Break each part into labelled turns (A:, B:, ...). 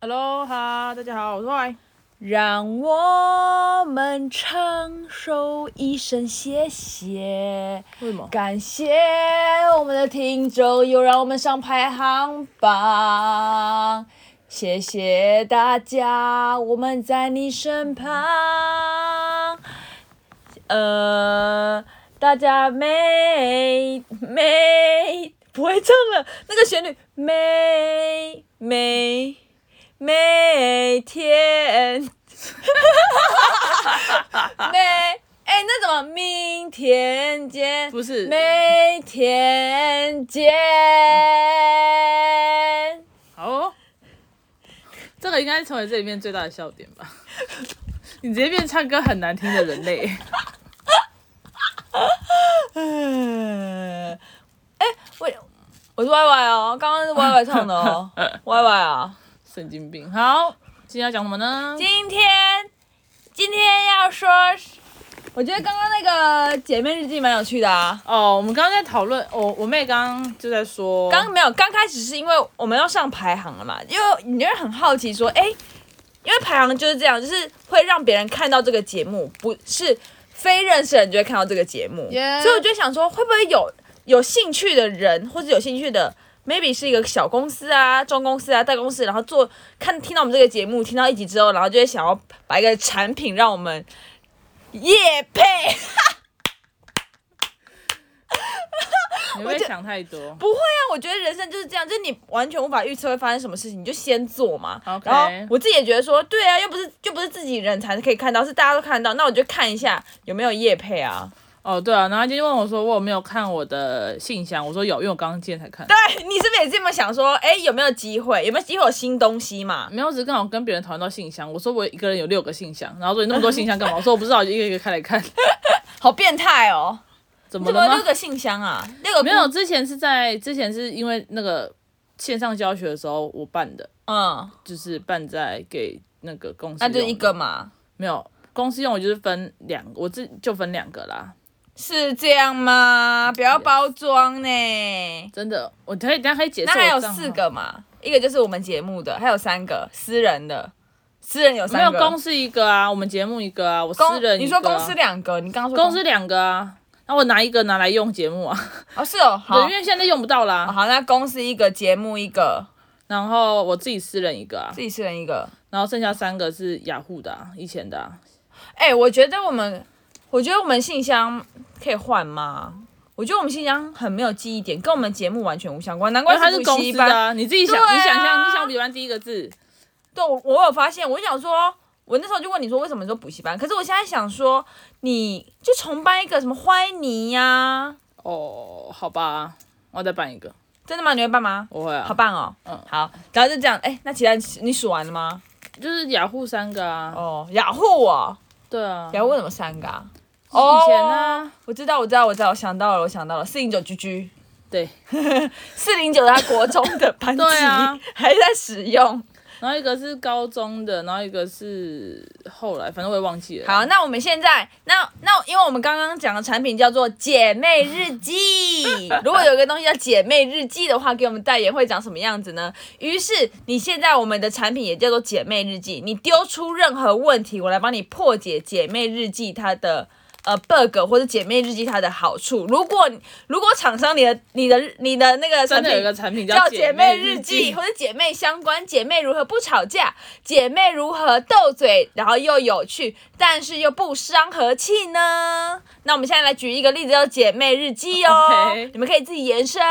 A: Hello 哈，大家好，我是坏。
B: 让我们唱首一声谢谢，
A: 为什么？
B: 感谢我们的听众，又让我们上排行榜。谢谢大家，我们在你身旁。呃，大家每每不会唱了，那个旋律每每每天， 每哎、那怎么明天见？
A: 不是
B: 每天见。
A: 好哦，这个应该成为这里面最大的笑点吧。你直接变唱歌很难听的人类，
B: 嗯，哎、我我是 Y Y 哦，刚刚是 Y Y 唱的 哦，Y Y 啊。
A: 神经病。好，今天要讲什么呢？
B: 今天今天要说是，我觉得刚刚那个姐妹日记蛮有趣的啊。
A: 哦，我们刚刚在讨论，哦我、我妹刚刚就在说，
B: 刚没有，刚开始是因为我们要上排行了嘛，因为你会很好奇说，哎、因为排行就是这样，就是会让别人看到这个节目，不是非认识的人就会看到这个节目
A: Yeah
B: 所以我就想说，会不会有有兴趣的人或者有兴趣的，maybe 是一个小公司啊、中公司啊、大公司，然后做看听到我们这个节目，听到一集之后，然后就会想要把一个产品让我们业配。
A: 你会不会想太多
B: 不会啊，我觉得人生就是这样，就是你完全无法预测会发生什么事情，你就先做嘛。
A: OK
B: 然后我自己也觉得说，对啊，又不是又不是自己人才可以看到，是大家都看到，那我就看一下有没有叶配啊。
A: 哦，对啊，然后她今天问我说我有没有看我的信箱，我说有，因为我刚刚今天才看，
B: 对哎你是不是也这么想说？哎，有没有机会？有没有机会有新东西嘛？
A: 没有，只是刚好跟别人讨论到信箱，我说我一个人有六个信箱，然后说你那么多信箱干嘛？我说我不知道，我就一个一个开来看，
B: 好变态哦！
A: 怎么
B: 怎么
A: 了
B: 六
A: 吗？
B: 个信箱啊？六 个
A: 没有，，之前是在之前是因为那个线上教学的时候我办的，
B: 嗯，
A: 就是办在给那个公司，
B: 那啊就一个，嘛，
A: 没有公司用我就是分两，我自就分两个啦，
B: 是这样
A: 嗯
B: 吗？不要包装呢。
A: 真的，我可以等一下可以解释
B: 那
A: 我
B: 还有
A: 账号
B: 四个嘛，一个就是我们节目的，还有三个私人的，私人有
A: 没
B: 三
A: 有
B: 个。
A: 公司一个啊，我们节目一个啊，我私
B: 公
A: 人一个啊、
B: 你说公司两个，你刚刚说
A: 公司两个啊，那我拿一个拿来用节目啊，
B: 哦是哦，好
A: 对，因为现在用不到啦。
B: 哦好，那公司一个，节目一个，
A: 然后我自己私人一个啊
B: 自，己私人一个。
A: 然后剩下三个是雅虎的、啊，以前的、啊。
B: 哎、我觉得我们，我觉得我们信箱可以换吗？我觉得我们信箱很没有记忆点，跟我们节目完全无相关，难
A: 因
B: 怪
A: 为它是
B: 补
A: 公
B: 习
A: 司的、
B: 班。
A: 啊，你自己想，
B: 对啊
A: 你想象，你想补习班第一个字，
B: 对，我我有发现，我就想说，我那时候就问你说为什么你说补习班，可是我现在想说，你就重办一个什么欢泥呀、
A: 哦，好吧，我要再办一个，
B: 真的吗？你会办吗？
A: 我会啊，
B: 好，棒哦，
A: 嗯
B: 好，然后就这样，哎、那其他你数完了吗？
A: 就是雅虎三个啊，
B: 哦，雅虎哦，
A: 对啊，
B: 雅虎怎么三个啊？
A: 以前啊呢、
B: 我知道，我知道，我知道，我想到了，我想到了，四零九 GG，
A: 对，
B: 四零九他国中的班级、
A: 对啊
B: 还在使用。
A: 然后一个是高中的，然后一个是后来，反正我也忘记了。
B: 好，那我们现在，那那因为我们刚刚讲的产品叫做姐妹日 记，如果有一个东西叫姐妹日记的话，给我们代言会长什么样子呢？于是你现在我们的产品也叫做姐妹日记，你丢出任何问题，我来帮你破解姐妹日记它的。呃，bug 或者姐妹日记它的好处，如果如果厂商你的你的你的那个
A: 真
B: 产品
A: 的有一个产品
B: 叫
A: 叫
B: 姐妹
A: 妹
B: 日记，
A: 记
B: 或，者姐妹相关，姐妹如何不吵架，姐妹如何斗嘴，然后又有趣，但是又不伤和气呢？那我们现在来举一个例子，叫姐妹日记哦
A: OK
B: 你们可以自己延伸。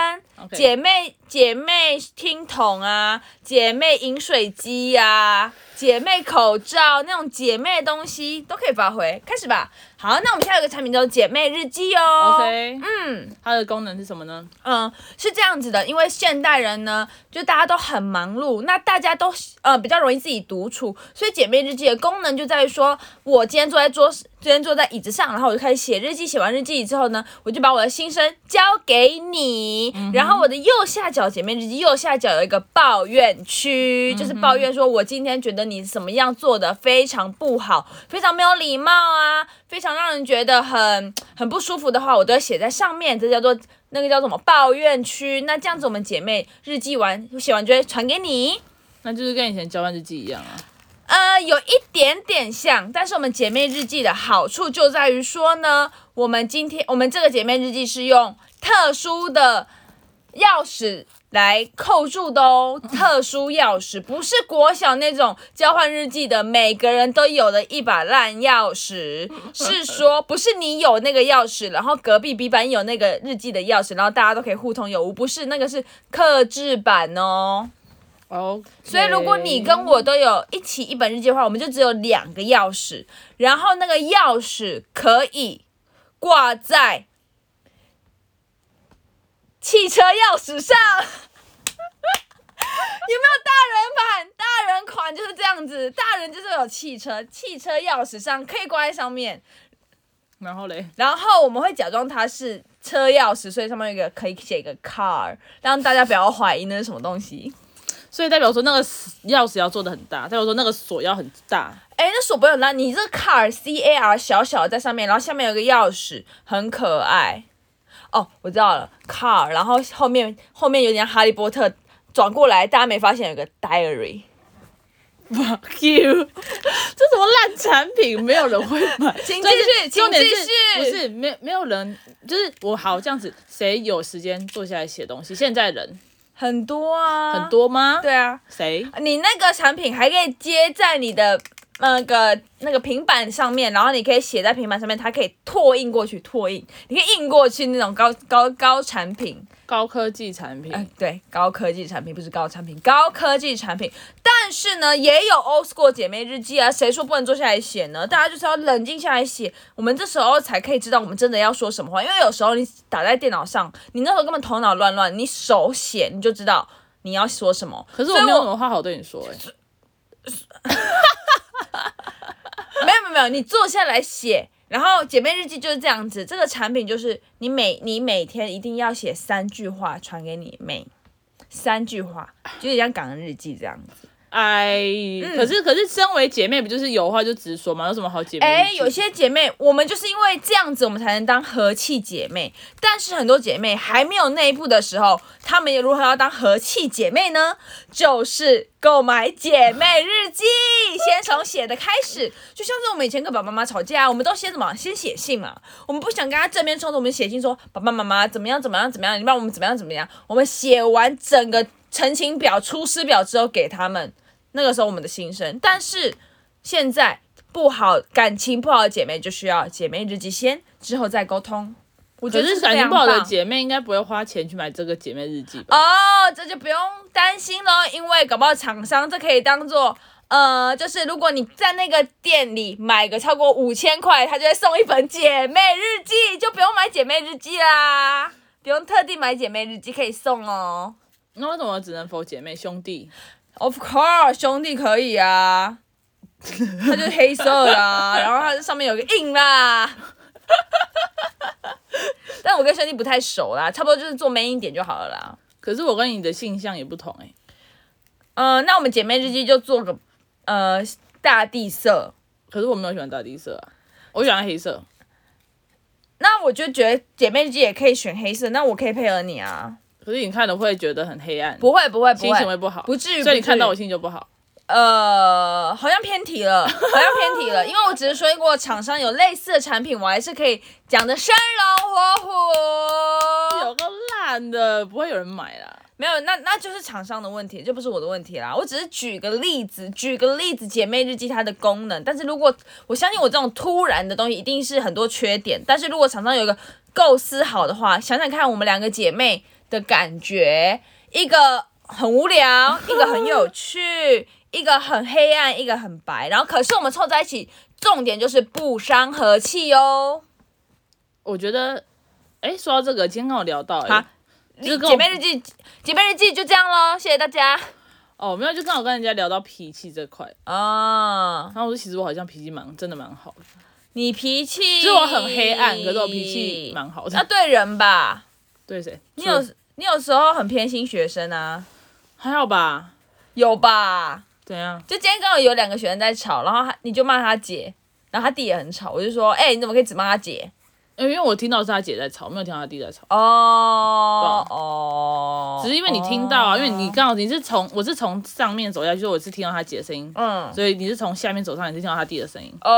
A: OK
B: 姐妹姐妹听筒啊，姐妹饮水机啊，姐妹口罩那种姐妹的东西都可以发挥，开始吧。好，那我们现在有个产品叫姐妹日记哦。
A: OK，
B: 嗯。
A: 它的功能是什么呢？
B: 嗯，是这样子的，因为现代人呢，就大家都很忙碌，那大家都呃比较容易自己独处，所以姐妹日记的功能就在于说，我今天坐在桌，今天坐在椅子上，然后我就开始写日记，写完日记之后呢，我就把我的心声交给你，然后我的右下角姐妹日记右下角有一个抱怨区，就是抱怨说我今天觉得你怎么样做的非常不好，非常没有礼貌啊，非常让人觉得很很不舒服的话，我都会写在上面，这叫做。那个叫什么抱怨区。那这样子，我们姐妹日记完写完就会传给你。
A: 那就是跟以前交换日记一样啊。
B: 呃，有一点点像，但是我们姐妹日记的好处就在于说呢，我们今天我们这个姐妹日记是用特殊的钥匙来扣住的哦，特殊钥匙不是国小那种交换日记的每个人都有的一把烂钥匙，是说不是你有那个钥匙，然后隔壁 B 班有那个日记的钥匙，然后大家都可以互通有无，不是那个是克制版哦。
A: 哦，
B: 所以如果你跟我都有一起一本日记的话，我们就只有两个钥匙，然后那个钥匙可以挂在汽车钥匙上。 有没有大人版？大人款就是这样子，大人就是有汽车，汽车钥匙上可以挂在上面，
A: 然后嘞，
B: 然后我们会假装它是车钥匙，所以上面有一个可以写一个 car，让大家不要怀疑那是什么东西。
A: 所以代表说那个钥匙要做的很大，代表说那个锁要很大，
B: 哎、那锁不用拉，你这个 car C A R 小小的在上面，然后下面有个钥匙，很可爱。哦，我知道了，car，然后后面后面有点哈利波特，转过来，大家没发现有个 diary，
A: Fuck you！这 什么烂产品，没有人会买。
B: 请
A: 就是
B: 继续请
A: 重点是
B: 继续
A: 不是没没有人，就是我好这样子，谁有时间坐下来写东西？现在人
B: 很多啊，
A: 很，多吗？
B: 对啊，
A: 谁？
B: 你那个产品还可以接在你的那个那个平板上面，然后你可以写在平板上面，它可以拓印过去，拓印，你可以印过去那种高高高产品。
A: 高科技产品，
B: 嗯、对，高科技产品不是高产品，高科技产品。但是呢，也有 old school 姐妹日记啊，谁说不能坐下来写呢？大家就是要冷静下来写，我们这时候才可以知道我们真的要说什么话。因为有时候你打在电脑上，你那时候根本头脑乱乱，你手写你就知道你要说什么。
A: 可是我
B: 所以
A: 没有什么话好对你说哎、
B: 没有没有没有，你坐下来写。然后姐妹日记就是这样子，这个产品就是你每你每天一定要写三句话传给你妹，三句话，就是像感恩日记这样子。嗯
A: 哎，可是可是身为姐妹，不就是有话就直说吗？有什么好姐妹？
B: 哎、有些姐妹，我们就是因为这样子，我们才能当和气姐妹。但是很多姐妹还没有内部的时候，她们如何要当和气姐妹呢？就是购买姐妹日记，先从写的开始。就像是我们以前跟爸爸妈妈吵架，我们都先什么？先写信嘛。我们不想跟他正面冲突，我们写信说爸爸妈妈怎么样怎么样怎么样，你让我们怎么样怎么样。我们写完整个陈情表、出师表之后给他们，那个时候我们的心声。但是现在不好感情不好的姐妹就需要姐妹日记先，之后再沟通。我觉
A: 可
B: 得这
A: 是
B: 是
A: 感
B: 非
A: 情
B: 常
A: 不好的
B: 棒
A: 姐妹应该不会花钱去买这个姐妹日记吧？
B: 哦，这就不用担心喽，因为搞不好厂商这可以当做。呃，就是如果你在那个店里买个超过五千块，他就会送一本姐妹日记，就不用买姐妹日记啦，不用特地买姐妹日记可以送哦。
A: 那为什么只能否姐妹兄弟？
B: Of course，兄弟可以啊，它就是黑色的、啊，然后它上面有个印啦。但我跟兄弟不太熟啦，差不多就是做 man 一点就好了啦。
A: 可是我跟你的性向也不同哎、
B: 呃，那我们姐妹日记就做个呃大地色。
A: 可是我没有喜欢大地色啊，我喜欢黑色。
B: 那我就觉得姐妹日记也可以选黑色，那我可以配合你啊。
A: 可是你看了会觉得很黑暗，
B: 不会不会不
A: 心情会
B: 会，
A: 不好，
B: 不至于
A: 所以
B: 不
A: 你看
B: 至于
A: 到我心情就不好。
B: 呃，好像偏题了，好 像偏题了，因为我只是说过厂商有类似的产品，我还是可以讲的生龙活虎。
A: 有个烂的，不会有人买啦。
B: 没有，那那就是厂商的问题，这不是我的问题啦。我只是举个例子，举个例子，姐妹日记它的功能。但是如果我相信我这种突然的东西，一定是很多缺点。但是如果厂商有一个构思好的话，想想看我们两个姐妹的感觉，一个很无聊，一个很有趣，一个很黑暗，一个很白。然后可是我们凑在一起，重点就是不伤和气哦。
A: 我觉得，哎，说到这个，今天跟我聊到、哎
B: 啊，
A: 就是跟我
B: 姐妹日记，姐妹日记就这样喽，谢谢大家。
A: 哦，没有，就刚好跟人家聊到脾气这块，
B: 啊、
A: 然后我说其实我好像脾气蛮真的蛮好的，
B: 你脾气，
A: 就是我很黑暗，可是我脾气蛮好的。
B: 要对人吧。
A: 对谁？
B: 你有
A: 除了
B: 你有时候很偏心学生啊，
A: 还好吧？
B: 有吧？
A: 怎样？
B: 就今天刚好有两个学生在吵，然后他你就骂他姐，然后他弟也很吵，我就说，哎、你怎么可以只骂他姐？
A: 因为我听到是他姐在吵，我没有听到他弟在吵。
B: 哦哦，
A: 只是因为你听到啊，因为你刚好你是从我是从上面走下去，所以我是听到他姐的声音，
B: 嗯，
A: 所以你是从下面走上，你是听到他弟的声音。
B: 哦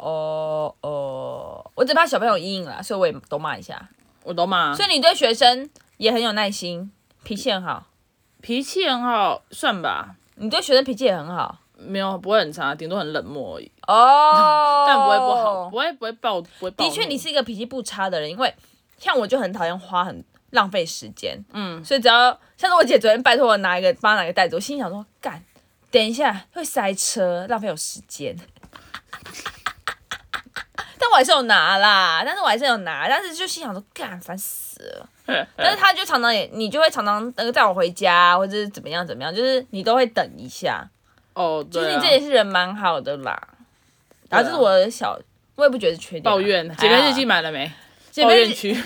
B: 哦哦，我只怕小朋友有阴影啦，所以我也都骂一下。
A: 我懂嘛？
B: 所以你对学生也很有耐心，脾气很好。
A: 脾气很好，算吧，
B: 你对学生脾气也很好
A: 没有不会很差，顶多很冷漠而已，
B: 哦，
A: 但不会不好，不会不会暴，不会暴怒。
B: 的确，你是一个脾气不差的人，因为像我就很讨厌花很浪费时间，
A: 嗯，
B: 所以只要像是我姐昨天拜托我拿一个帮她拿个袋子，我心里想说干，等一下会塞车，浪费我时间。 但我还是有拿啦，但是我还是有拿，但是就心想说干烦死了。 但是她就常常也，你就会常常那个带我回家，或者是怎么样怎么样，就是你都会等一下，
A: 哦，
B: 就
A: 对、
B: 是
A: 啊，
B: 你这也是人蛮好的啦。
A: 对啊
B: 然后这是我的小，我也不觉得是缺点啊。
A: 抱怨，
B: 还好
A: 姐妹日记买了没？
B: 姐
A: 抱
B: 妹日
A: 怨
B: 记
A: 区，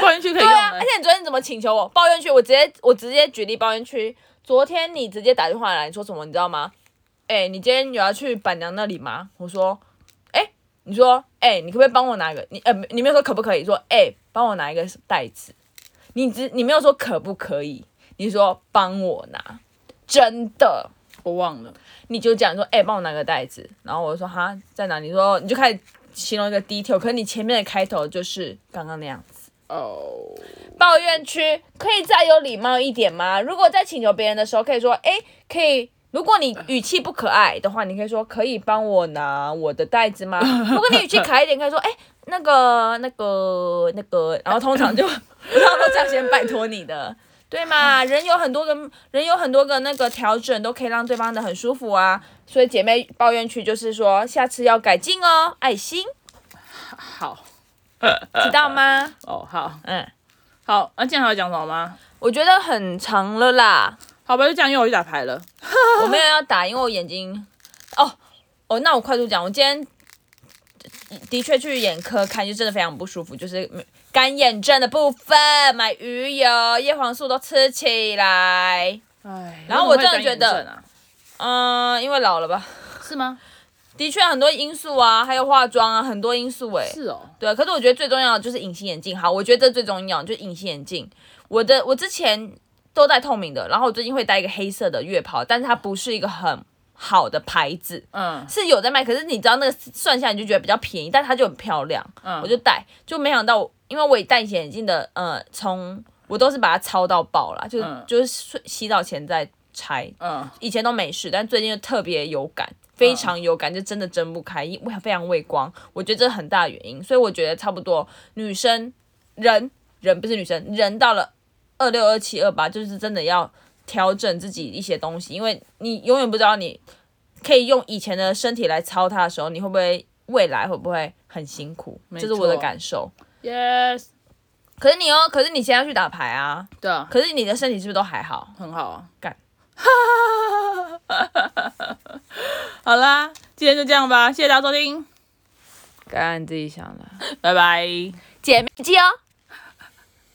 A: 抱怨区可以用
B: 对啊，
A: 的
B: 而。且你昨天怎么请求我抱怨区？我直接我直接举例抱怨区。昨天你直接打电话来，你说什么？你知道吗？哎、你今天有要去板娘那里吗？我说，哎、你说，哎、你可不可以帮我拿一个？你呃，你没有说可不可以，说，哎、帮我拿一个袋子。你只你没有说可不可以，你说帮我拿，真的。
A: 我忘了，
B: 你就讲说，哎、帮我拿个袋子。然后我就说，哈，在哪里？你说你就开始形容一个 detail，可是你前面的开头就是刚刚那样子。
A: 哦，
B: 抱怨区可以再有礼貌一点吗？如果在请求别人的时候，可以说，哎，可以。如果你语气不可爱的话，你可以说，可以帮我拿我的袋子 吗？如果你语气可爱一点，可以说，哎，那个、那个、那个，然后通常就， 通常都这样先拜托你的，对嘛？人有很多个，人有很多个那个调整，都可以让对方的很舒服啊。所以姐妹抱怨区就是说，下次要改进哦，爱心，
A: 好，
B: 知道吗？
A: 哦，好，
B: 嗯，
A: 好，那今天还要讲什么吗？
B: 我觉得很长了啦。
A: 好吧，就这样，因为我去打牌了。
B: 我没有要打，因为我眼睛……哦哦，那我快速讲，我今天的确去眼科看，就真的非常不舒服，就是干眼症的部分，买鱼油、叶黄素都吃起来。
A: 哎，
B: 然后我真的
A: 为什么会干眼症啊
B: 嗯，因为老了吧，
A: 是吗？
B: 的确很多因素啊，还有化妆啊，很多因素诶、
A: 是哦，
B: 对，啊可是我觉得最重要的就是隐形眼镜。好，我觉得这最重要就是隐形眼镜。我的我之前都戴透明的，然后我最近会戴一个黑色的月抛，但是它不是一个很好的牌子，
A: 嗯
B: 是有在卖，可是你知道那个算下来你就觉得比较便宜，但它就很漂亮，
A: 嗯，
B: 我就戴，就没想到我，因为我也戴隐形眼镜的，呃，从我都是把它操到爆啦，就、
A: 嗯
B: 就是睡洗澡前再拆，
A: 嗯
B: 以前都没事，但最近就特别有感，非常有感，就真的睁不开，因为非常畏光，我觉得这是很大的原因，所以我觉得差不多女生人人不是女生人到了二六二七二八，就是真的要调整自己一些东西，因为你永远不知道你可以用以前的身体来操它的时候，你会不会未来会不会很辛苦，
A: 没
B: 这是我的
A: 错
B: 感受。
A: ，yes，
B: 可是你哦，可是你现在要去打牌啊，
A: 对啊，
B: 可是你的身体是不是都还好？
A: 很好啊，
B: 干。
A: 好啦，今天就这样吧，谢谢大家收听，
B: 该按自己想了，
A: 拜拜。
B: 姐妹机哦。